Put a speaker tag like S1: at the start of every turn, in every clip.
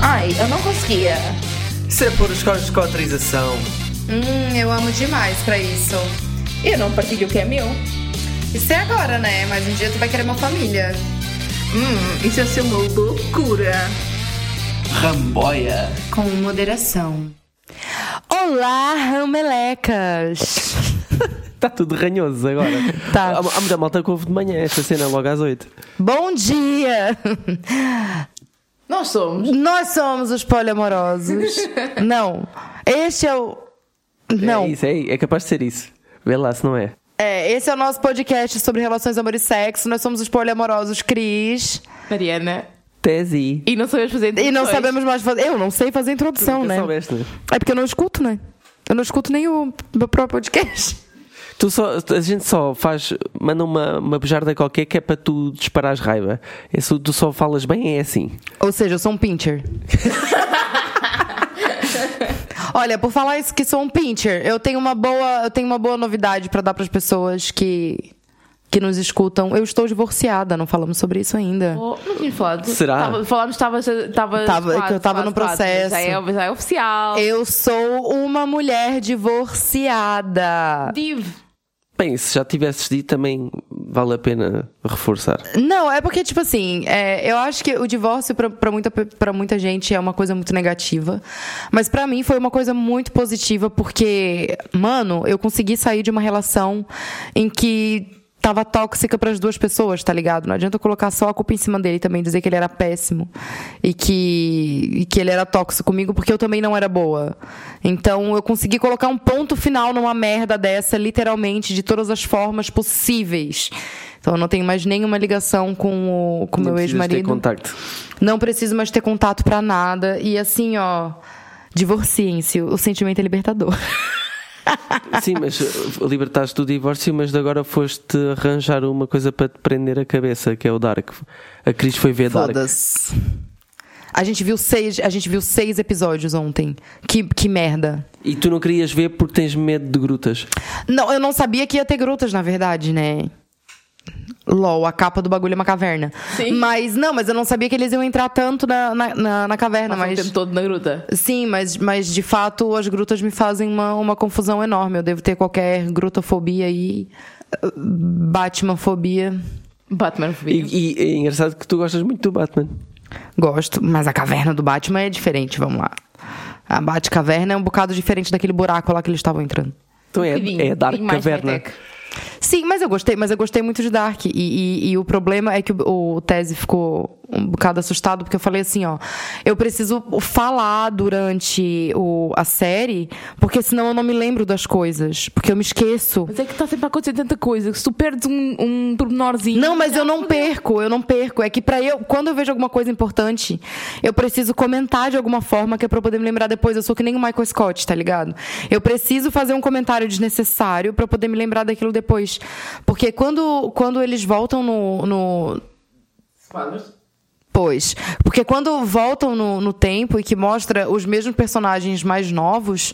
S1: Ai, eu não conseguia.
S2: Isso é por escotrização.
S3: Hum, eu amo demais pra isso.
S1: E eu não partilho o que é meu.
S3: Isso é agora, né? Mas um dia tu vai querer uma família.
S1: Hum, isso ia ser uma loucura.
S2: Ramboia.
S3: Com moderação.
S4: Olá, ramelecas!
S2: Está Tá tudo ranhoso agora.
S4: Tá.
S2: Há, há muita malta que ouve de manhã esta cena, logo às 8.
S4: Bom dia!
S1: Nós somos.
S4: Nós somos os poliamorosos. Não, este é o.
S2: É
S4: Não,
S2: isso, é, é capaz de ser isso. Vê lá se não é.
S4: é, esse é o nosso podcast sobre relações, amor e sexo. Nós somos os poliamorosos Cris.
S5: Mariana.
S2: Tese.
S5: E não sabemos fazer
S4: E não
S5: introduções.
S4: sabemos mais fazer. Eu não sei fazer introdução,
S2: Nunca
S4: né?
S2: soubeste, né?
S4: É porque eu não escuto, né? Eu não escuto nem o meu próprio podcast.
S2: Tu só, a gente só faz, manda uma, uma bujarda qualquer que é para tu disparares raiva. É se tu só falas bem, é assim.
S4: Ou seja, eu sou um pincher. Olha, por falar isso que sou um pincher, eu tenho uma boa, eu tenho uma boa novidade pra dar pras pessoas que que nos escutam. Eu estou divorciada, não falamos sobre isso ainda.
S5: Oh, não tínhamos falado.
S2: Será?
S5: Tava, falámos que tava, tava,
S4: Tava- é que eu tava
S5: quase,
S4: no
S5: quase.
S4: processo.
S5: Já é, já é oficial.
S4: Eu sou uma mulher divorciada.
S5: Div.
S2: Bem, se já tivesses dito, também vale a pena reforçar.
S4: Não, é porque, tipo assim, é, eu acho que o divórcio pra- pra muita, pe- pra muita gente é uma coisa muito negativa. Mas pra mim foi uma coisa muito positiva, porque, mano, eu consegui sair de uma relação em que tava tóxica pras duas pessoas, tá ligado? Não adianta eu colocar só a culpa em cima dele também, dizer que ele era péssimo e que, e que ele era tóxico comigo, porque eu também não era boa. Então eu consegui colocar um ponto final numa merda dessa, literalmente, de todas as formas possíveis. Então eu não tenho mais nenhuma ligação com o com
S2: Não
S4: meu
S2: precisas ter
S4: ex-marido.
S2: contacto.
S4: Não preciso mais ter contato pra nada. E assim, ó, divorciem-se. O sentimento é libertador.
S2: Sim, mas uh, libertaste do divórcio, mas de agora foste arranjar uma coisa para te prender a cabeça, que é o Dark. A Cris foi ver Dark.
S4: Foda-se. A gente viu seis, a gente viu seis episódios ontem. Que, que merda.
S2: E tu não querias ver porque tens medo de grutas.
S4: Não, eu não sabia que ia ter grutas, na verdade, né? LOL, a capa do bagulho é uma caverna.
S5: Sim.
S4: Mas não, mas eu não sabia que eles iam entrar tanto na, na, na- na caverna,
S5: Mas... O
S4: mas.
S5: um tempo todo na gruta.
S4: Sim, mas, mas de fato as grutas me fazem uma, uma confusão enorme. Eu devo ter qualquer grutafobia aí. eh, Batmanfobia.
S5: Batman
S2: E,
S5: fobia.
S2: e é engraçado que tu gostas muito do Batman.
S4: Gosto, mas a caverna do Batman é diferente, vamos lá. A Batcaverna é um bocado diferente daquele buraco lá que eles estavam entrando.
S2: Então é,
S5: Bocadinho.
S2: é Dark
S5: E mais
S2: Caverna.
S5: high-tech.
S4: Sim, mas eu gostei, mas eu gostei muito de Dark. E, e- e o problema é que o, o Tese ficou um bocado assustado, porque eu falei assim, ó, eu preciso falar durante o- a série, porque senão eu não me lembro das coisas, porque eu me esqueço.
S5: Mas é que está sempre a acontecer tanta coisa que se tu perdes um, um pormenorzinho.
S4: Não, mas eu não perco, eu não perco. É que pra eu, quando eu vejo alguma coisa importante, eu preciso comentar de alguma forma que é pra eu poder me lembrar depois. Eu sou que nem o Michael Scott, tá ligado? Eu preciso fazer um comentário desnecessário pra eu poder me lembrar daquilo depois. Porque quando, quando eles voltam no- no, Pois. Porque quando voltam no, no tempo e que mostra os mesmos personagens mais novos,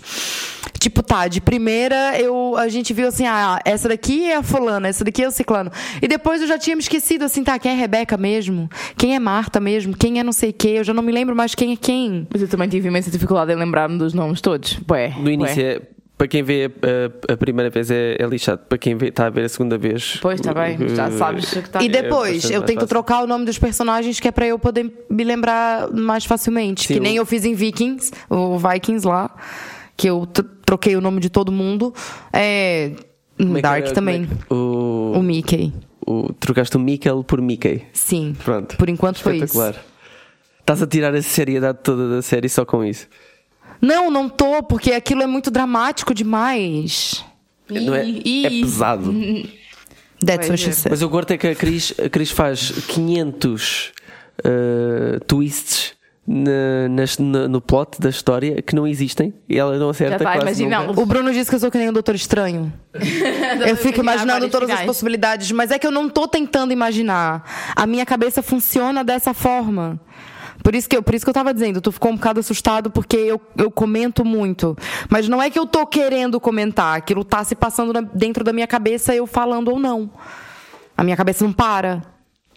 S4: tipo, tá, de primeira eu, a gente viu assim, ah, essa daqui é a fulana, essa daqui é o ciclano. E depois eu já tinha me esquecido, assim, tá, quem é Rebeca mesmo? Quem é Marta mesmo? Quem é não sei o quê? Eu já não me lembro mais quem é quem.
S5: Mas eu também tive imensa dificuldade em lembrar-me dos nomes todos. Bué.
S2: No início
S5: bué.
S2: é. Para quem vê a- a, a primeira vez é, é lixado, para quem vê- está a ver a segunda vez.
S5: Pois, está bem. Já
S2: uh,
S5: sabes que está.
S4: E depois,
S2: bastante
S4: eu
S2: mais
S4: tento
S2: fácil.
S4: trocar o nome dos personagens que é pra eu poder me lembrar mais facilmente.
S2: Sim,
S4: que nem
S2: o-
S4: eu fiz em Vikings, o Vikings lá, que eu tr- troquei o nome de todo mundo. É.
S2: Como
S4: Em
S2: é que
S4: Dark
S2: era-
S4: também.
S2: como é que- o,
S4: O Mickey.
S2: o- trocaste o Mikkel por Mickey.
S4: Sim.
S2: Pronto.
S4: Por enquanto foi isso.
S2: Espetacular. Estás a tirar a seriedade toda da série só com isso.
S4: Não, não tô, porque aquilo é muito dramático demais.
S2: Não é,
S5: Ih,
S2: é
S5: ih.
S2: pesado.
S4: That's what
S5: Pois
S4: she
S5: é.
S4: said.
S2: Mas o gordo é que a Cris, a Cris faz 500 eh, twists na- nas- na- no plot da história que não existem e ela não
S5: Já
S2: acerta
S5: está a
S2: quase
S5: imaginar.
S2: nunca.
S4: O Bruno disse que eu sou que nem o Doutor Estranho. eu fico imaginando todas as possibilidades, mas é que eu não tô tentando imaginar. A minha cabeça funciona dessa forma. Por isso que eu, por isso que eu tava dizendo, tu ficou um bocado assustado porque eu, eu comento muito. Mas não é que eu tô querendo comentar, aquilo tá se passando na- dentro da minha cabeça, eu falando ou não. A minha cabeça não para.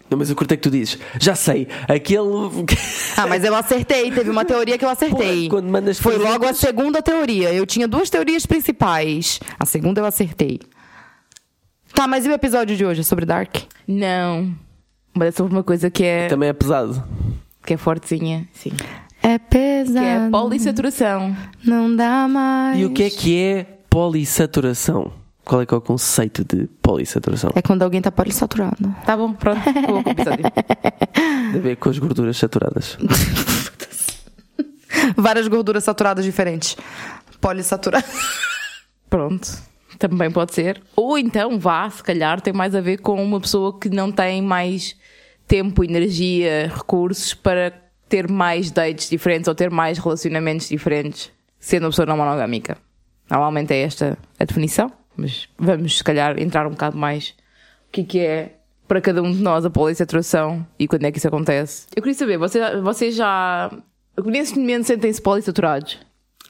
S2: Não, mas eu curto é que tu dizes. Já sei, aquele.
S4: Ah, mas eu acertei. Teve uma teoria que eu acertei.
S2: Porra, quando mandas
S4: Foi
S2: fazer-
S4: logo a segunda teoria. Eu tinha duas teorias principais. A segunda eu acertei. Tá, mas e o episódio de hoje? É sobre Dark?
S5: Não. Mas é sobre uma coisa que é,
S2: Também é pesado.
S5: que é fortezinha. Sim.
S4: É
S5: Que é
S4: pesado.
S5: polissaturação.
S4: Não dá mais.
S2: E o que é que é polissaturação? Qual é que é o conceito de polissaturação?
S4: É quando alguém tá polissaturado.
S5: Tá bom, pronto. Acabou com o episódio.
S2: Tem a ver com as gorduras saturadas.
S4: Várias gorduras saturadas diferentes. Polissaturadas.
S5: Pronto. Também pode ser. Ou então, vá, se calhar, tem mais a ver com uma pessoa que não tem mais tempo, energia, recursos para ter mais dates diferentes ou ter mais relacionamentos diferentes, sendo uma pessoa não monogâmica. Normalmente é esta a definição, mas vamos, se calhar, entrar um bocado mais o que, que é para cada um de nós a polissaturação e quando é que isso acontece. Eu queria saber, vocês, vocês já. Neste momento sentem-se polissaturados?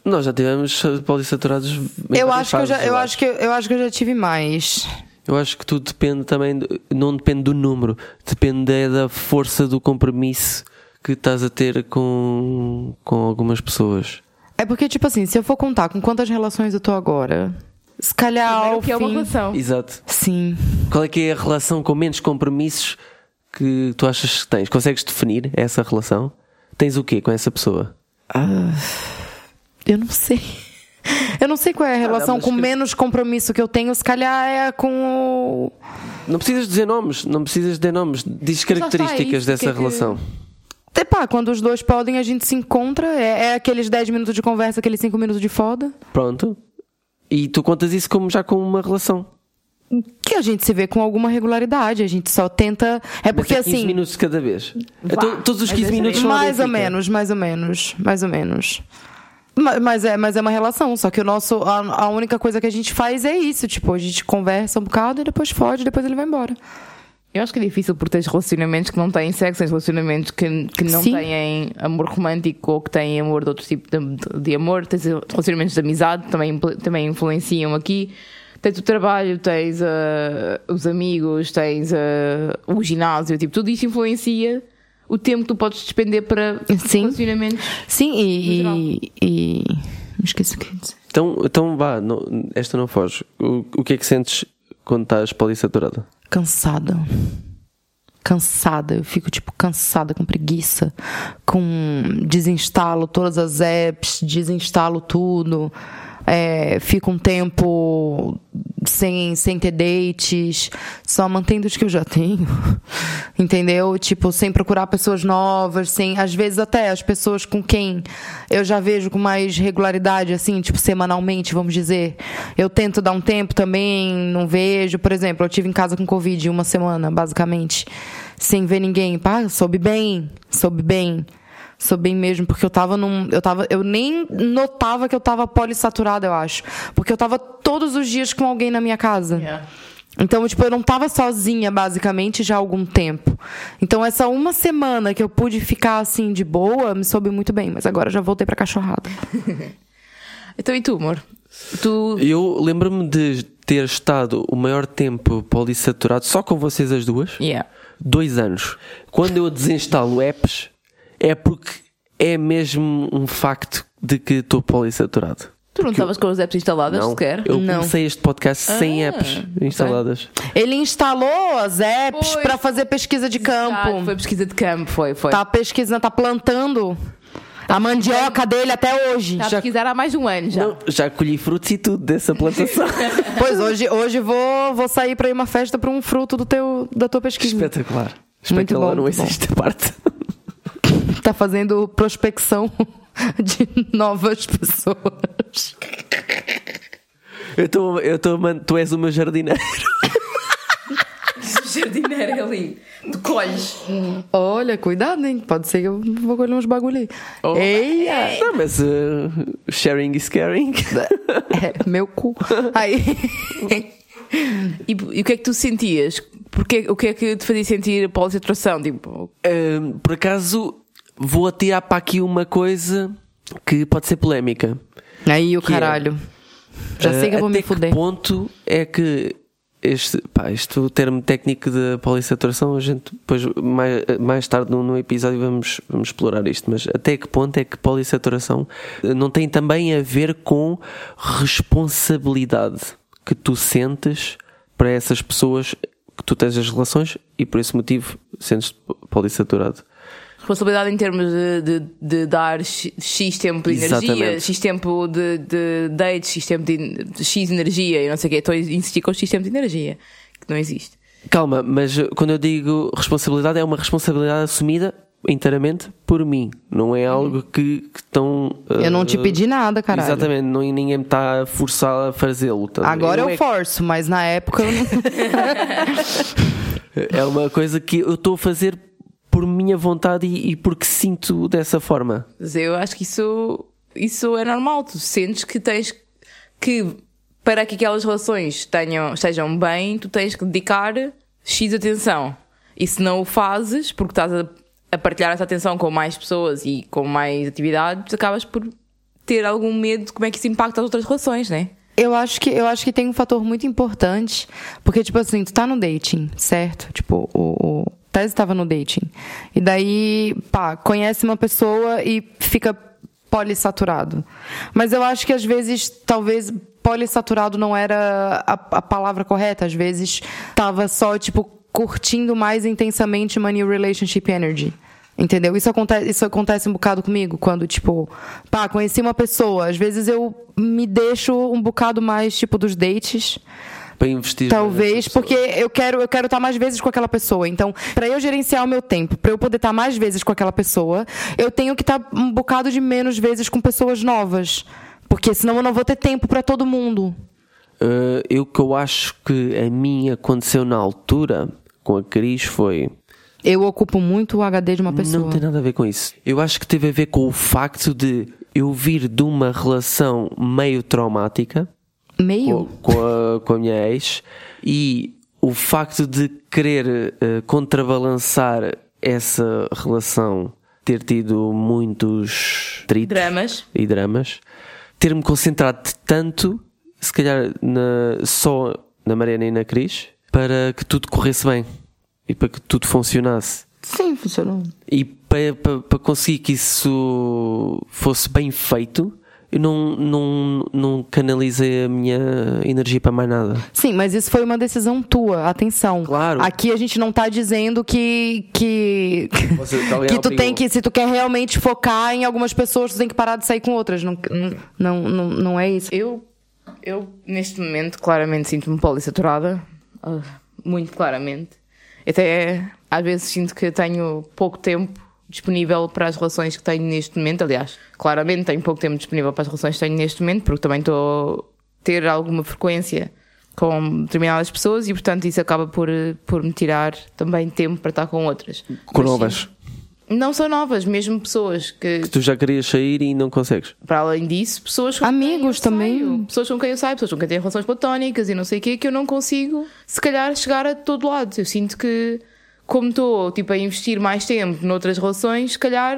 S2: Nós já tivemos eh, polissaturados. em
S4: Eu
S2: várias
S4: acho, que eu, já,
S2: fases,
S4: eu, acho que, eu eu acho que eu já tive mais.
S2: Eu acho que tudo depende também, do- não depende do número, depende é da força do compromisso que estás a ter com, com algumas pessoas.
S4: É porque, tipo assim, se eu for contar com quantas relações eu tô agora, se calhar
S5: Primeiro,
S4: ao
S5: o que é uma
S4: fim-
S5: relação?
S2: Exato.
S4: Sim.
S2: Qual é que é a relação com menos compromissos que tu achas que tens? Consegues definir essa relação? Tens o quê com essa pessoa?
S4: Eu não sei. Eu não sei qual é a relação
S2: mas
S4: com
S2: que-
S4: menos compromisso que eu tenho, se calhar é com o.
S2: Não precisas dizer nomes, não precisas dizer nomes, diz características
S5: isso, o que
S2: dessa
S5: é que-
S2: relação.
S4: Epá, quando os dois podem, a gente se encontra. É, é aqueles 10 minutos de conversa, aqueles 5 minutos de foda.
S2: Pronto. E tu contas isso como já com uma relação.
S4: Que a gente se vê com alguma regularidade. A gente só tenta. É
S2: Mas
S4: porque
S2: é 15
S4: assim.
S2: minutos de cada vez. Então, todos os
S5: mas
S2: 15
S5: essa
S2: minutos são
S4: Mais ou
S2: idêntica.
S4: menos, mais ou menos, mais ou menos. Ma- Mas é, mas é uma relação, só que o nosso. A, a única coisa que a gente faz é isso. Tipo, a gente conversa um bocado e depois fode, depois ele vai embora.
S5: Eu acho que é difícil por teres relacionamentos que não têm sexo, tens relacionamentos que, que não
S4: Sim.
S5: têm amor romântico ou que têm amor de outro tipo de, de amor, tens relacionamentos de amizade, também, impl- também influenciam aqui. Tens o trabalho, tens ah, os amigos, tens ah, o ginásio, tipo, tudo isto influencia o tempo que tu podes despender para
S4: Sim.
S5: relacionamentos.
S4: Sim, e. e, e... Me esqueci o que eu ia dizer.
S2: Então, então vá, não- esta não foge. O, o que é que sentes quando estás polissaturada?
S4: Cansada. Cansada, eu fico tipo cansada, com preguiça, com desinstalo todas as apps, desinstalo tudo, é, fico um tempo sem, sem ter dates, só mantendo os que eu já tenho, entendeu? Tipo, sem procurar pessoas novas, sem, às vezes até as pessoas com quem eu já vejo com mais regularidade, assim, tipo, semanalmente, vamos dizer. Eu tento dar um tempo também, não vejo. Por exemplo, eu tive em casa com Covid uma semana, basicamente, sem ver ninguém. Pá, soube bem, soube bem. Soube bem mesmo, porque eu tava num. Eu, tava, eu nem notava que eu tava polissaturada, eu acho. Porque eu tava todos os dias com alguém na minha casa.
S5: É.
S4: Então, tipo, eu não tava sozinha, basicamente, já há algum tempo. Então, essa uma semana que eu pude ficar assim de boa, me soube muito bem, mas agora eu já voltei pra cachorrada.
S5: Então, e tu, amor? Tu
S2: Eu lembro-me de ter estado o maior tempo polissaturado só com vocês as duas.
S5: Yeah.
S2: Dois anos. Quando eu desinstalo apps, é porque é mesmo um facto de que estou polissaturado.
S5: Tu não estavas com as apps instaladas sequer?
S2: eu
S4: Não. Tá.
S2: comecei este podcast sem
S5: Ah,
S2: apps instaladas.
S4: Ele instalou as apps
S5: Foi.
S4: pra fazer pesquisa de campo.
S5: Ah, foi pesquisa de campo, foi, foi.
S4: Tá pesquisando, tá plantando a mandioca dele até hoje.
S5: Está a pesquisar há mais de um ano já.
S2: Não, já colhi frutos e tudo dessa plantação.
S4: Pois hoje, hoje vou, vou sair pra ir uma festa pra um fruto do teu, da tua pesquisa.
S2: Espetacular. Espero que
S4: Uhum. bom,
S2: ela não
S4: muito bom.
S2: existe a parte.
S4: Tá fazendo prospecção de novas pessoas.
S2: Eu estou, eu estou, man- tu és o meu jardineiro.
S5: jardineira ali. Tu colhes.
S4: Olha, cuidado, hein? Pode ser que eu vou colher uns bagulho aí. Eia!
S2: Não, mas eh, sharing is caring.
S4: É, meu cu. Aí.
S5: E, e o que é que tu sentias? Porque, o que é que te fazia sentir a situação? Tipo,
S2: Ahm, Ehm, por acaso, vou atirar para aqui uma coisa que pode ser polémica.
S4: Aí o
S2: Que é?
S4: caralho. Já sei que eu vou
S2: Ah, até
S4: me fuder.
S2: Que ponto é que este, pá, este o termo técnico de polissaturação, a gente depois, mais, mais tarde no, no episódio, vamos, vamos explorar isto. Mas até que ponto é que polissaturação eh, não tem também a ver com responsabilidade que tu sentes para essas pessoas que tu tens as relações e por esse motivo sentes polissaturado?
S5: Responsabilidade em termos de, de- de dar X X tempo de energia,
S2: Exatamente.
S5: X tempo de, de dates, X tempo de, de X energia e não sei o quê. Estou a insistir com X tempo de energia, que não existe.
S2: Calma, mas eh, quando eu digo responsabilidade, é uma responsabilidade assumida inteiramente por mim. Não é algo que, que tão. eh,
S4: Uhum. Eu não te pedi nada, caralho.
S2: Exatamente, não, ninguém me está a forçar a fazê-lo. tá?
S4: Agora
S2: Não
S4: eu
S2: é,
S4: forço, mas na época eu não.
S2: é uma coisa que eu estou a fazer por minha vontade e, e porque sinto dessa forma.
S5: Mas eu acho que isso, isso é normal. Tu sentes que tens que, para que aquelas relações tenham, estejam bem, tu tens que dedicar X atenção. E se não o fazes, porque estás a, a partilhar essa atenção com mais pessoas e com mais atividades, acabas por ter algum medo de como é que isso impacta as outras relações, né?
S4: Eu acho que eu acho que tem um fator muito importante, porque tipo assim, tu tá no dating, certo? Tipo, o, o Tese estava no dating. E daí, pá, conhece uma pessoa e fica polissaturado. Mas eu acho que às vezes, talvez polissaturado não era a, a palavra correta, às vezes tava só tipo curtindo mais intensamente money relationship energy. Entendeu? Isso acontece, isso acontece um bocado comigo, quando, tipo, pá, conheci uma pessoa. Às vezes eu me deixo um bocado mais, tipo, dos dates.
S2: Para investir.
S4: Talvez
S2: nessa pessoa.
S4: porque eu quero eu quero estar mais vezes com aquela pessoa. Então, para eu gerenciar o meu tempo, para eu poder estar mais vezes com aquela pessoa, eu tenho que estar um bocado de menos vezes com pessoas novas, porque senão eu não vou ter tempo para todo mundo.
S2: Eh, eu que eu acho que a mim aconteceu na altura com a Cris foi.
S4: Eu ocupo muito o HD de uma pessoa.
S2: Não tem nada a ver com isso. Eu acho que teve a ver com o facto de eu vir de uma relação meio traumática com,
S4: Meio.
S2: com a, com a minha ex e o facto de querer eh, contrabalançar essa relação, ter tido muitos tritos
S5: Dramas.
S2: e dramas, ter-me concentrado tanto, se calhar na- só na Mariana e na Cris, para que tudo corresse bem e para que tudo funcionasse.
S4: Sim, funcionou.
S2: E para, para, para conseguir que isso fosse bem feito, eu não, não, não canalizei a minha energia para mais nada.
S4: Sim, mas isso foi uma decisão tua, atenção.
S2: Claro.
S4: Aqui a gente não tá dizendo que. que...
S2: Você tá
S4: Que tu
S2: obrigado.
S4: tem que, se tu quer realmente focar em algumas pessoas, tu tem que parar de sair com outras. Não, não, não, não é isso.
S5: Eu, eu neste momento, claramente sinto-me polissaturada. Ah, Muito claramente. Até às vezes sinto que tenho pouco tempo disponível para as relações que tenho neste momento. Aliás, claramente tenho pouco tempo disponível para as relações que tenho neste momento, porque também estou a ter alguma frequência com determinadas pessoas e, portanto, isso acaba por, por me tirar também tempo para estar com outras.
S2: Com
S5: Mas, sim,
S2: novas.
S5: Não são novas, mesmo pessoas que,
S2: Tu já querias sair e não consegues.
S5: para além disso, pessoas com
S4: Amigos
S5: quem eu
S4: também.
S5: saio, pessoas com quem eu saio, pessoas com quem tenho relações platónicas e não sei o quê, que eu não consigo, se calhar, chegar a todo lado. Eu sinto que, como estou tipo, a investir mais tempo noutras relações, se calhar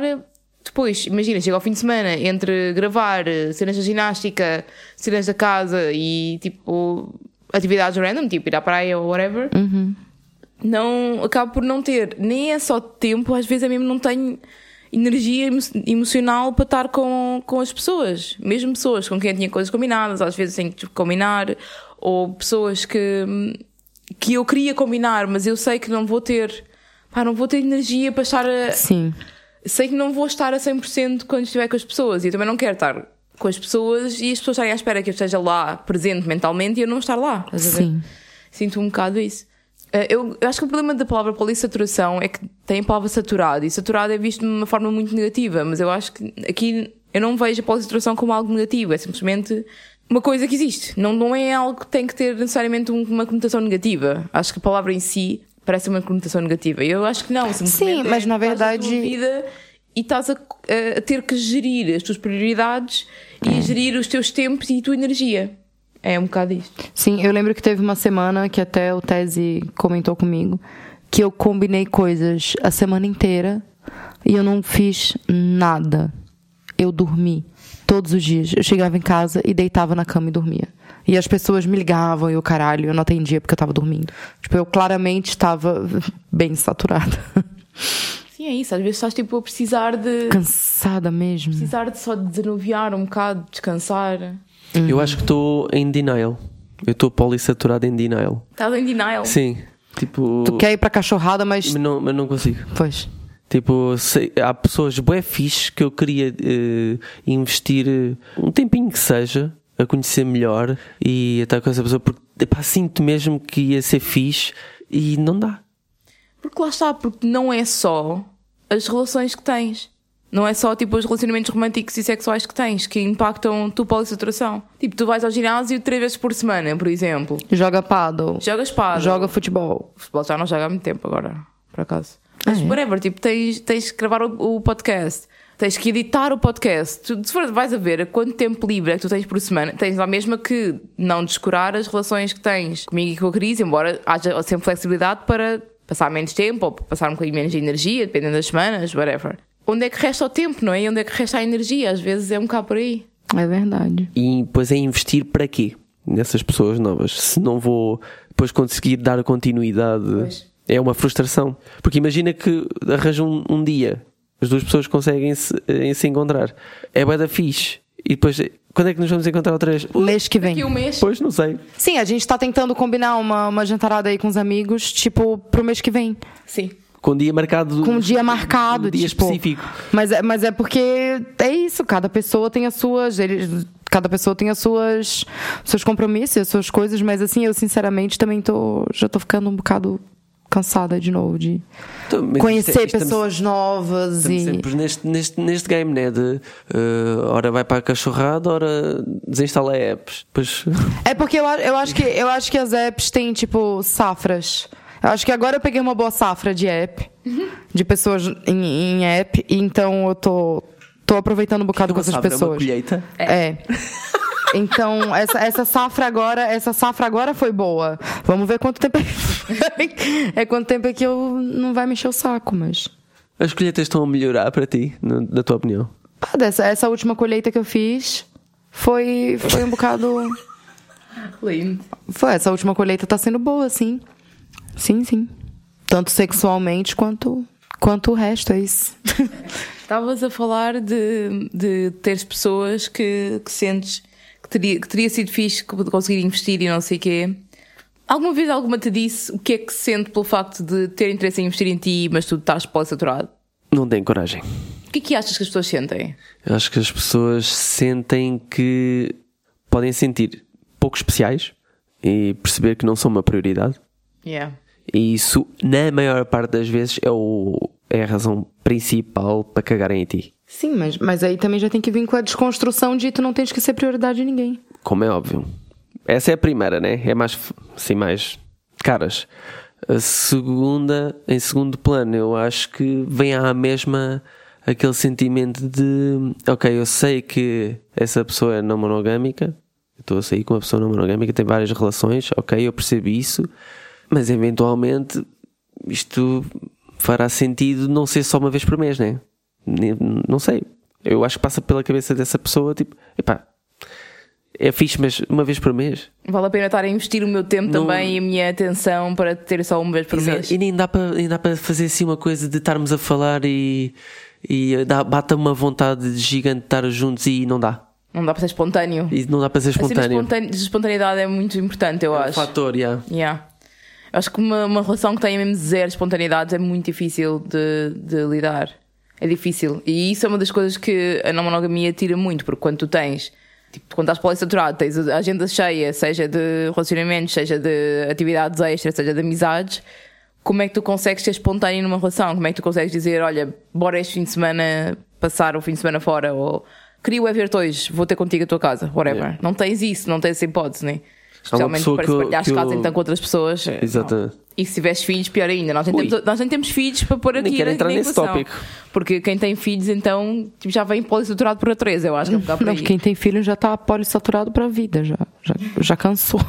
S5: depois, imagina, chega ao fim de semana entre gravar eh, cenas da ginástica, cenas da casa e tipo atividades random, tipo ir à praia ou whatever, não acabo por não ter, nem é só tempo, às vezes é mesmo não tenho energia emo- emocional para estar com, com as pessoas, mesmo pessoas com quem eu tinha coisas combinadas, às vezes tenho que combinar, ou pessoas que, que eu queria combinar, mas eu sei que não vou ter, pá, não vou ter energia para estar a,
S4: Sim.
S5: sei que não vou estar a 100% quando estiver com as pessoas e eu também não quero estar com as pessoas e as pessoas estarem à espera que eu esteja lá presente mentalmente e eu não estar lá. estás a ver?
S4: Sim.
S5: Sinto um bocado isso. Eh, Eu, eu acho que o problema da palavra polissaturação é que tem a palavra saturado e saturado é visto de uma forma muito negativa, mas eu acho que aqui eu não vejo a polissaturação como algo negativo, é simplesmente uma coisa que existe. Não, não é algo que tem que ter necessariamente um- uma conotação negativa. Acho que a palavra em si parece uma conotação negativa e eu acho que não. simplesmente
S4: mas
S5: é,
S4: na
S5: estás tua
S4: verdade-
S5: vida vida e estás a, a ter que gerir as tuas prioridades e gerir os teus tempos e a tua energia. É um bocado isto.
S4: Sim, eu lembro que teve uma semana que até o Tese comentou comigo que eu combinei coisas a semana inteira e eu não fiz nada. Eu dormi todos os dias. Eu chegava em casa e deitava na cama e dormia. E as pessoas me ligavam e o caralho, eu não atendia porque eu tava dormindo. Tipo, eu claramente estava bem saturada.
S5: Sim, é isso. Às vezes estás tipo a precisar de.
S4: Cansada mesmo.
S5: Precisar de só desanuviar um bocado, descansar.
S2: Eu acho que estou em denial. Eu estou polissaturado em denial.
S5: Estás em denial.
S2: Sim. Tipo.
S4: Tu quer ir pra cachorrada, mas.
S2: Mas não, mas não consigo.
S4: Pois.
S2: Tipo, sei- há pessoas bué fixe que eu queria eh, investir eh, um tempinho que seja a conhecer melhor e a estar com essa pessoa porque epá, sinto mesmo que ia ser fixe e não dá.
S5: Porque lá está, porque não é só as relações que tens. Não é só tipo os relacionamentos românticos e sexuais que tens que impactam a tua polissaturação. Tipo, tu vais ao ginásio três vezes por semana, por exemplo.
S4: Joga paddle.
S5: Jogas pá.
S4: Joga futebol.
S5: O futebol já não joga há muito tempo agora, por acaso. Mas
S4: Ah, é?
S5: whatever, tipo, tens, tens que gravar o, o podcast, tens que editar o podcast. Tu, se for, vais a ver quanto tempo livre é que tu tens por semana, tens lá mesmo que não descurar as relações que tens comigo e com a Cris, embora haja sempre flexibilidade para passar menos tempo ou passar um bocadinho menos de energia, dependendo das semanas, whatever. Onde é que resta o tempo, não é? E onde é que resta a energia? Às vezes é um bocado por aí.
S4: É verdade.
S2: E depois é investir para quê? Nessas pessoas novas. Se não vou depois conseguir dar continuidade, é uma frustração. Porque imagina que arranjam um, um dia, as duas pessoas conseguem se, eh, se encontrar. É bué da fixe. E depois, eh, quando é que nos vamos encontrar outra vez? Ui,
S4: Mês que vem.
S5: Aqui um mês.
S2: Pois não sei.
S4: Sim, a gente tá tentando combinar uma, uma jantarada aí com os amigos, tipo, pro mês que vem.
S5: Sim.
S2: Com dia marcado.
S4: Com um dia marcado,
S2: Um dia
S4: tipo.
S2: específico.
S4: Mas é, mas é porque é isso, cada pessoa tem as suas. Eles, cada pessoa tem as suas seus compromissos, as suas coisas, mas assim, eu sinceramente também tô. Já tô ficando um bocado cansada de novo de
S2: Então, mas
S4: conhecer
S2: isto é- isto
S4: pessoas novas
S2: Estamos,
S4: e.
S2: estamos sempre neste, neste, neste game, né? De eh, ora vai para a cachorrada, ora desinstala apps. Pois.
S4: É porque eu, a- eu, acho que, eu acho que as apps têm, tipo, safras. Eu acho que agora eu peguei uma boa safra de app, de pessoas em, em app, e então eu tô, tô aproveitando um bocado com essas
S2: Sabe, É uma
S4: pessoas.
S2: colheita.
S4: É. Então, essa, essa safra agora, essa safra agora foi boa. Vamos ver quanto tempo é, é quanto tempo é que eu não vai mexer o saco, mas
S2: As colheitas estão a melhorar para ti, no- na tua opinião?
S4: pá, dessa essa última colheita que eu fiz foi foi um bocado
S5: Lindo.
S4: Foi, essa última colheita tá sendo boa, sim. Sim, sim. Tanto sexualmente quanto, quanto o resto, é isso.
S5: Estavas a falar de, de teres pessoas que, que sentes que teria, que teria sido fixe que conseguir investir e não sei o quê. Alguma vez alguma te disse o que é que sente pelo facto de ter interesse em investir em ti, mas tu estás pós-saturado?
S2: Não tenho coragem.
S5: O que é que achas que as pessoas sentem?
S2: Eu acho que as pessoas sentem que podem sentir pouco especiais e perceber que não são uma prioridade.
S5: Yeah.
S2: E isso, na maior parte das vezes, é, o, é a razão principal para cagarem em ti.
S4: Sim, mas, mas aí também já tem que vir com a desconstrução de tu não tens que ser prioridade de ninguém.
S2: Como é óbvio. Essa é a primeira, né? É mais, f- assim, mais caras. A segunda, em segundo plano, eu acho que vem à mesma aquele sentimento de, ok, eu sei que essa pessoa é não monogâmica, eu estou a sair com uma pessoa não monogâmica, tem várias relações, ok, eu percebi isso, mas eventualmente isto fará sentido não ser só uma vez por mês, né? Nem- Não sei. Eu acho que passa pela cabeça dessa pessoa, tipo, epá, é fixe, mas uma vez por mês.
S5: Vale a pena estar a investir o meu tempo
S2: Não-
S5: também e a minha atenção para ter só uma vez por mês?
S2: E nem dá para nem dá para fazer assim uma coisa de estarmos a falar e, e dá, bata uma vontade gigante de estar juntos e não dá.
S5: Não dá para ser espontâneo.
S2: E não dá para ser
S5: A cena de
S2: espontâneo.
S5: espontane- de espontaneidade é muito importante, Assim, eu
S2: É um
S5: acho.
S2: fator, yeah.
S5: Yeah. Eu Acho que uma, uma relação que tenha mesmo zero espontaneidade é muito difícil de, de lidar. É difícil. E isso é uma das coisas que a não monogamia tira muito, porque quando tu tens, tipo, quando estás polissaturado, tens a agenda cheia, seja de relacionamentos, seja de atividades extras, seja de amizades, como é que tu consegues ser espontâneo numa relação? Como é que tu consegues dizer, olha, bora este fim de semana passar o fim de semana fora? Ou queria o ver-te hoje, vou ter contigo a tua casa, whatever.
S2: Yeah.
S5: Não tens isso, não tens essa hipótese, né? Especialmente
S2: pessoa
S5: para
S2: que eu-
S5: espalhar as
S2: que eu-
S5: casas então com outras pessoas.
S2: Exatamente.
S5: Não. E se tiveres filhos, pior ainda. Nós nem,
S2: Ui.
S5: temos, nós nem temos filhos para pôr aqui
S2: quero
S5: na-
S2: entrar
S5: na
S2: nesse
S5: equação.
S2: tópico.
S5: Porque quem tem filhos, então, tipo, já vem polisaturado por natureza, eu acho que é um bocado por
S4: Não,
S5: aí.
S4: quem tem filho já tá polissaturado pra vida, já, já, já cansou.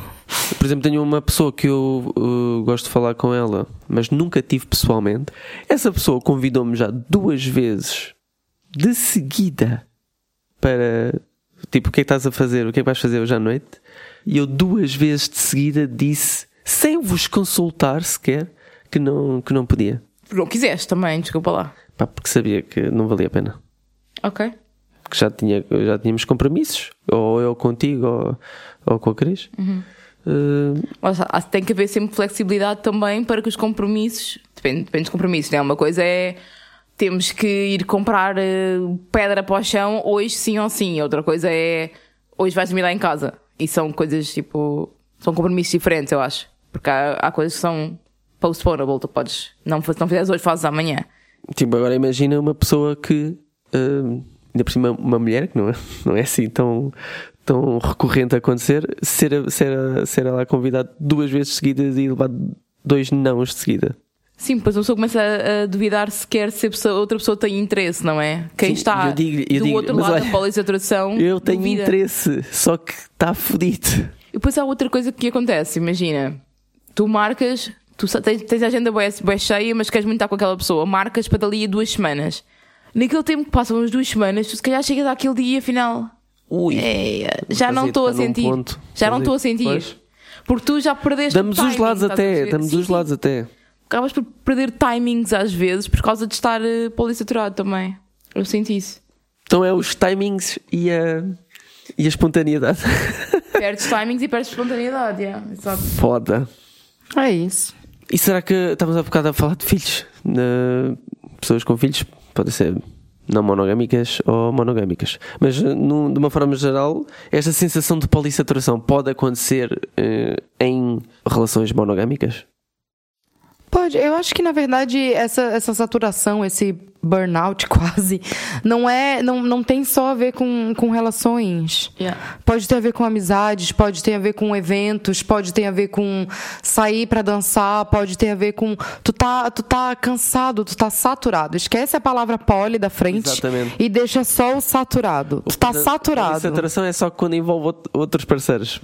S2: Por exemplo, tenho uma pessoa que eu uh, gosto de falar com ela, mas nunca tive pessoalmente. Essa pessoa convidou-me já duas vezes de seguida para tipo, o que é que estás a fazer? O que é que vais fazer hoje à noite? E eu duas vezes de seguida disse, sem vos consultar sequer, que não, que não podia.
S5: Não quiseste também, desculpa lá.
S2: Pá, porque sabia que não valia a pena.
S5: Ok.
S2: Porque já, tinha, já tínhamos compromissos, ou eu contigo, ou, ou com a Cris. Eh,
S5: Lá está, há- tem que haver sempre flexibilidade também para que os compromissos. Depende, depende dos compromissos, né? Uma coisa é. Temos que ir comprar eh, pedra para o chão hoje sim ou sim. Outra coisa é. Hoje vais dormir lá em casa. E são coisas tipo. São compromissos diferentes, eu acho. Porque há, há coisas que são postponable. Tu podes. Não, faz- não fizeres hoje, fazes amanhã.
S2: Tipo, agora imagina uma pessoa que. hum, ainda por cima, uma mulher, que não é, não é assim tão, tão recorrente a acontecer, ser, ser, ser ela convidada duas vezes seguidas e levar dois nãos de seguida.
S5: Sim, depois uma pessoa começa a, a duvidar se quer se a pessoa- outra pessoa tem interesse, não é? Quem
S2: Sim,
S5: está
S2: eu digo-lhe- eu
S5: do
S2: digo-lhe,
S5: outro
S2: mas
S5: lado
S2: olha,
S5: da polisatração.
S2: Eu tenho
S5: Hum, duvida.
S2: interesse, só que está fodido.
S5: E depois há outra coisa que acontece, imagina. Tu marcas, tu sa- tens, tens a agenda bem, cheia, mas queres muito estar com aquela pessoa. Marcas para dali a duas semanas. Naquele tempo que passam as duas semanas, tu se calhar chegas àquele dia e afinal.
S2: Ui.
S5: é, já
S2: Mas
S5: não
S2: aí
S5: estou a
S2: está num
S5: sentir.
S2: ponto.
S5: Já não
S2: Mas aí-
S5: estou a sentir.
S2: pois.
S5: Porque tu já perdeste. o
S2: Damos os
S5: timing,
S2: lados
S5: estás a
S2: até,
S5: perceber?
S2: damos
S5: Sim,
S2: os
S5: sim.
S2: lados até.
S5: Acabas por perder timings às vezes por causa de estar eh, polisaturado também. Eu senti isso.
S2: Então é os timings e a, e a espontaneidade.
S5: Perdes timings e perdes espontaneidade, yeah, exato.
S2: Foda.
S4: É isso.
S2: E será que estamos há bocado a falar de filhos? Na- Pessoas com filhos podem ser não monogâmicas ou monogâmicas. Mas, eh, num- de uma forma geral, esta sensação de polissaturação pode acontecer eh, em relações monogâmicas?
S4: Pode, eu acho que na verdade essa, essa saturação, esse burnout quase, não é, não, não tem só a ver com, com relações.
S5: Yeah.
S4: Pode ter a ver com amizades, pode ter a ver com eventos, pode ter a ver com sair pra dançar, pode ter a ver com tu tá, tu tá cansado, tu tá saturado. Esquece a palavra poli da frente
S2: Exatamente.
S4: e deixa só o saturado. Tu tá
S2: Portanto,
S4: saturado.
S2: Polissaturação é só quando envolve out- outros parceiros.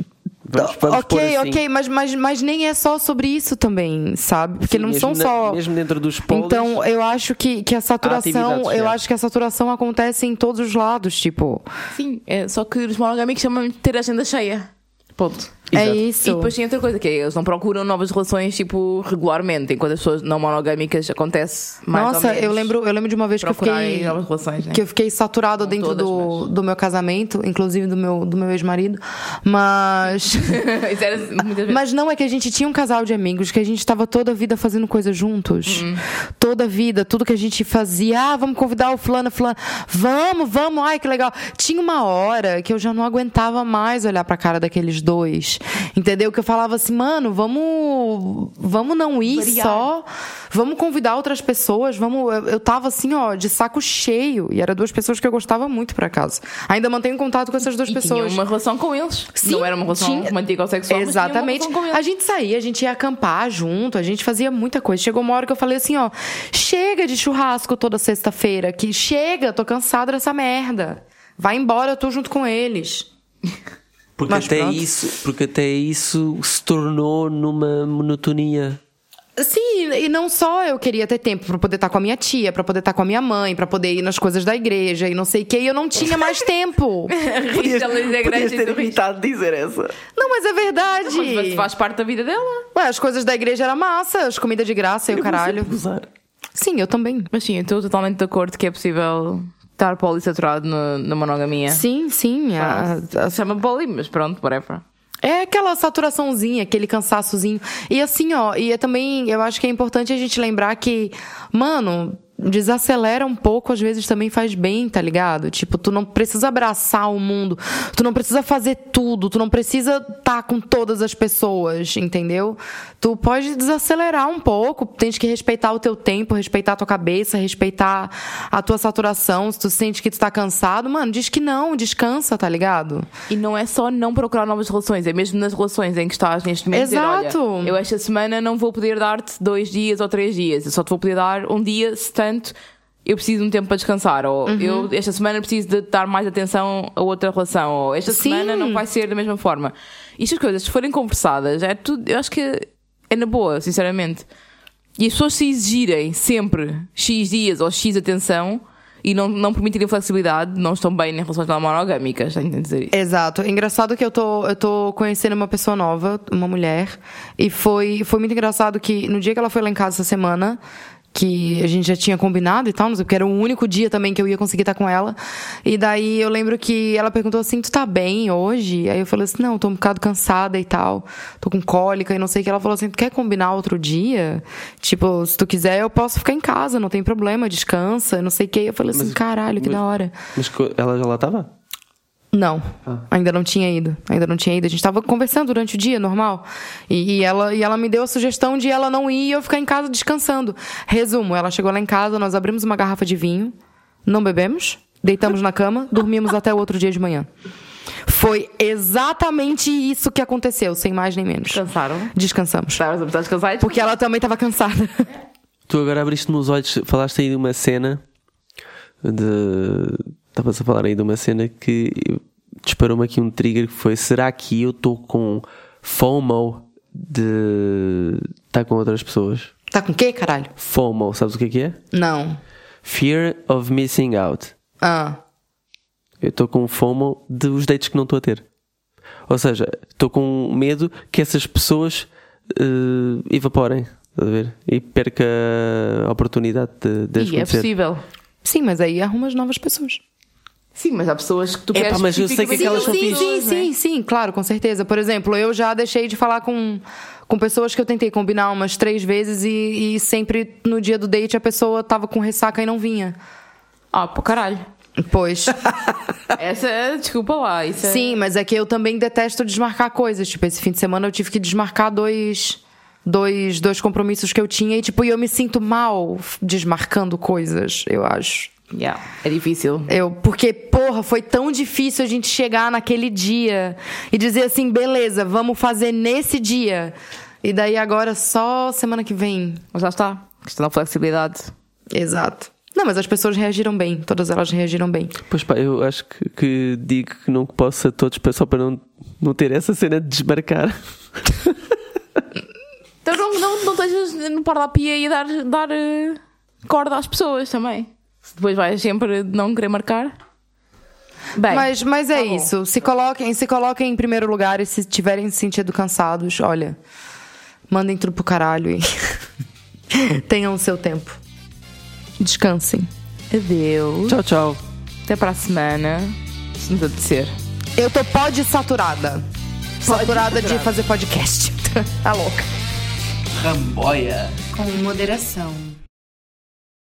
S2: Vamos, vamos pôr
S4: Ok,
S2: assim.
S4: ok, mas, mas, mas nem é só sobre isso também, sabe? Porque
S2: Sim,
S4: não
S2: mesmo
S4: são
S2: na-
S4: só.
S2: Mesmo dentro dos polis,
S4: Então, eu acho que, que a saturação,
S2: atividades,
S4: eu
S2: é.
S4: acho que a saturação acontece em todos os lados, tipo.
S5: Sim, é, só que os monogâmicos chamam de ter a agenda cheia. Ponto.
S2: Exato.
S4: É
S5: E
S4: isso.
S5: depois tem outra coisa, que é, eles não procuram novas relações, tipo, regularmente, enquanto as pessoas não monogâmicas acontece mais ou
S4: Nossa,
S5: menos
S4: eu lembro, eu lembro de uma vez que eu
S5: procurarem
S4: fiquei
S5: novas relações, né?
S4: que eu fiquei saturada
S5: Não
S4: dentro
S5: todas,
S4: do,
S5: mas-
S4: do meu casamento, inclusive do meu do meu ex-marido, mas
S5: Isso era muitas vezes.
S4: Mas não é que a gente tinha um casal de amigos, que a gente estava toda a vida fazendo coisa juntos.
S5: Hum.
S4: Toda a vida, tudo que a gente fazia. Ah, vamos convidar o fulano, fulano. Vamos, vamos, ai que legal. Tinha uma hora que eu já não aguentava mais olhar pra cara daqueles dois. Entendeu? Que eu falava assim, mano, vamos, vamos não ir
S5: Variar.
S4: só. Vamos convidar outras pessoas, vamos. Eu, eu tava assim, ó, de saco cheio. E era duas pessoas que eu gostava muito, por acaso. Ainda mantenho contato com essas duas
S5: E
S4: pessoas.
S5: tinham uma relação com eles.
S4: Sim,
S5: não era uma relação
S4: tinha-
S5: romântica ou sexual, mas tinham uma
S4: Exatamente.
S5: relação com eles.
S4: a gente saía, a gente ia acampar junto, a gente fazia muita coisa. Chegou uma hora que eu falei assim, ó, chega de churrasco toda sexta-feira, que chega, tô cansada dessa merda. Vai embora, eu tô junto com eles.
S2: Porque
S4: Mas
S2: até,
S4: pronto.
S2: isso, porque até isso se tornou numa monotonia.
S4: Sim, e não só eu queria ter tempo pra poder estar com a minha tia, pra poder estar com a minha mãe, pra poder ir nas coisas da igreja e não sei o que, e eu não tinha mais tempo.
S5: Rita Luiz é grande e tu riste.
S2: dizer essa.
S4: Não, mas é verdade.
S5: Mas faz parte da vida dela.
S4: Ué, as coisas da igreja era massa, as comidas de graça e o caralho. Sim, eu também.
S5: Mas sim, eu estou totalmente de acordo que é possível estar polissaturado na, na monogamia. Ah,
S4: Sim, sim. a- a-
S5: Chama poli, mas pronto, whatever.
S4: É aquela saturaçãozinha, aquele cansaçozinho. E assim, ó, e é também, eu acho que é importante a gente lembrar que, mano, desacelera um pouco, às vezes também faz bem, tá ligado? Tipo, tu não precisa abraçar o mundo, tu não precisa fazer tudo, tu não precisa estar com todas as pessoas, entendeu? Tu pode desacelerar um pouco, tens que respeitar o teu tempo, respeitar a tua cabeça, respeitar a tua saturação. Se tu sente que tu tá cansado, mano, diz que não, descansa, tá ligado?
S5: E não é só não procurar novas relações, é mesmo nas relações em que estás neste momento. dizer, olha,
S4: Exato.
S5: eu esta semana não vou poder dar-te dois dias ou três dias, eu só te vou poder dar um dia, se tanto eu preciso de um tempo para descansar, ou
S4: Uhum.
S5: eu esta semana preciso de dar mais atenção a outra relação, ou esta
S4: Sim.
S5: semana não vai ser da mesma forma. E estas coisas, se forem conversadas, é tudo, eu acho que é na boa, sinceramente. E as pessoas se exigirem sempre X dias ou X atenção, e não, não permitirem flexibilidade, não estão bem em relações não monogâmicas, tenho de dizer isso.
S4: Exato. É Engraçado que eu tô, eu tô conhecendo uma pessoa nova, uma mulher, e foi, foi muito engraçado que no dia que ela foi lá em casa essa semana, que a gente já tinha combinado e tal, não sei, porque era o único dia também que eu ia conseguir estar com ela. E daí eu lembro que ela perguntou assim: Tu tá bem hoje? Aí eu falei assim: Não, tô um bocado cansada e tal, tô com cólica e não sei o que. Ela falou assim: Tu quer combinar outro dia? Tipo, se tu quiser, eu posso ficar em casa, não tem problema, descansa, não sei o que. Eu falei assim: Caralho, que
S2: mas-
S4: da hora.
S2: Mas co- ela já lá estava?
S4: Não, ainda não tinha ido. Ainda não tinha ido. A gente tava conversando durante o dia, normal. E, e ela, e ela me deu a sugestão de ela não ir e eu ficar em casa descansando. Resumo, ela chegou lá em casa, nós abrimos uma garrafa de vinho, não bebemos, deitamos na cama, dormimos até o outro dia de manhã. Foi exatamente isso que aconteceu, sem mais nem menos.
S5: Cansaram?
S4: Descansamos.
S5: Estavas a precisar descansar e
S4: Porque ela também tava cansada.
S2: Tu agora abriste-me os olhos, falaste aí de uma cena de. Estavas a falar aí de uma cena que disparou-me aqui um trigger que foi: será que eu estou com FOMO de estar com outras pessoas?
S4: Tá com o quê, caralho?
S2: FOMO, sabes o que é que é?
S4: Não.
S2: Fear of missing out.
S4: Ah.
S2: Eu estou com FOMO dos dates que não estou a ter. Ou seja, estou com medo que essas pessoas eh, evaporem, estás a ver? E perca a oportunidade de, de as
S5: E é
S2: conhecer.
S5: possível.
S4: Sim, mas aí arruma as novas pessoas.
S5: Sim, mas há pessoas que tu
S2: Epá,
S5: queres
S2: mas eu sei que
S5: especificamente
S2: aquelas
S5: com
S2: são
S5: pessoas,
S4: então Sim,
S5: né?
S4: sim, sim, claro, com certeza. Por exemplo, eu já deixei de falar com, com pessoas que eu tentei combinar umas três vezes e, e sempre no dia do date a pessoa tava com ressaca e não vinha.
S5: Ah, pô, caralho.
S4: Pois.
S5: Essa é, desculpa lá, isso é...
S4: sim, mas é que eu também detesto desmarcar coisas. Tipo, esse fim de semana eu tive que desmarcar dois. Dois, dois compromissos que eu tinha e, tipo, eu me sinto mal desmarcando coisas, eu acho.
S5: Yeah, é difícil.
S4: Eu, porque, porra, foi tão difícil a gente chegar naquele dia e dizer assim, beleza, vamos fazer nesse dia. E daí agora só semana que vem.
S5: Mas lá está. Questão da flexibilidade.
S4: Exato. Não, mas as pessoas reagiram bem, todas elas reagiram bem.
S2: Pois pá, eu acho que, que digo que não posso a todos pa- só para não, não ter essa cena de desmarcar.
S5: Então não, não, não estejas no par da pia e dar, dar eh, corda às pessoas também. Se depois vais sempre não querer marcar. Bem,
S4: Mas, mas é
S5: tá bom.
S4: isso. Se coloquem, se coloquem em primeiro lugar e se tiverem se sentido cansados, olha, mandem tudo pro caralho e tenham o seu tempo. Descansem.
S5: adeus.
S2: Tchau, tchau.
S5: Até para a semana. Se nos apetecer.
S4: Eu tô pod saturada. saturada de fazer podcast. tá louca.
S3: Com moderação.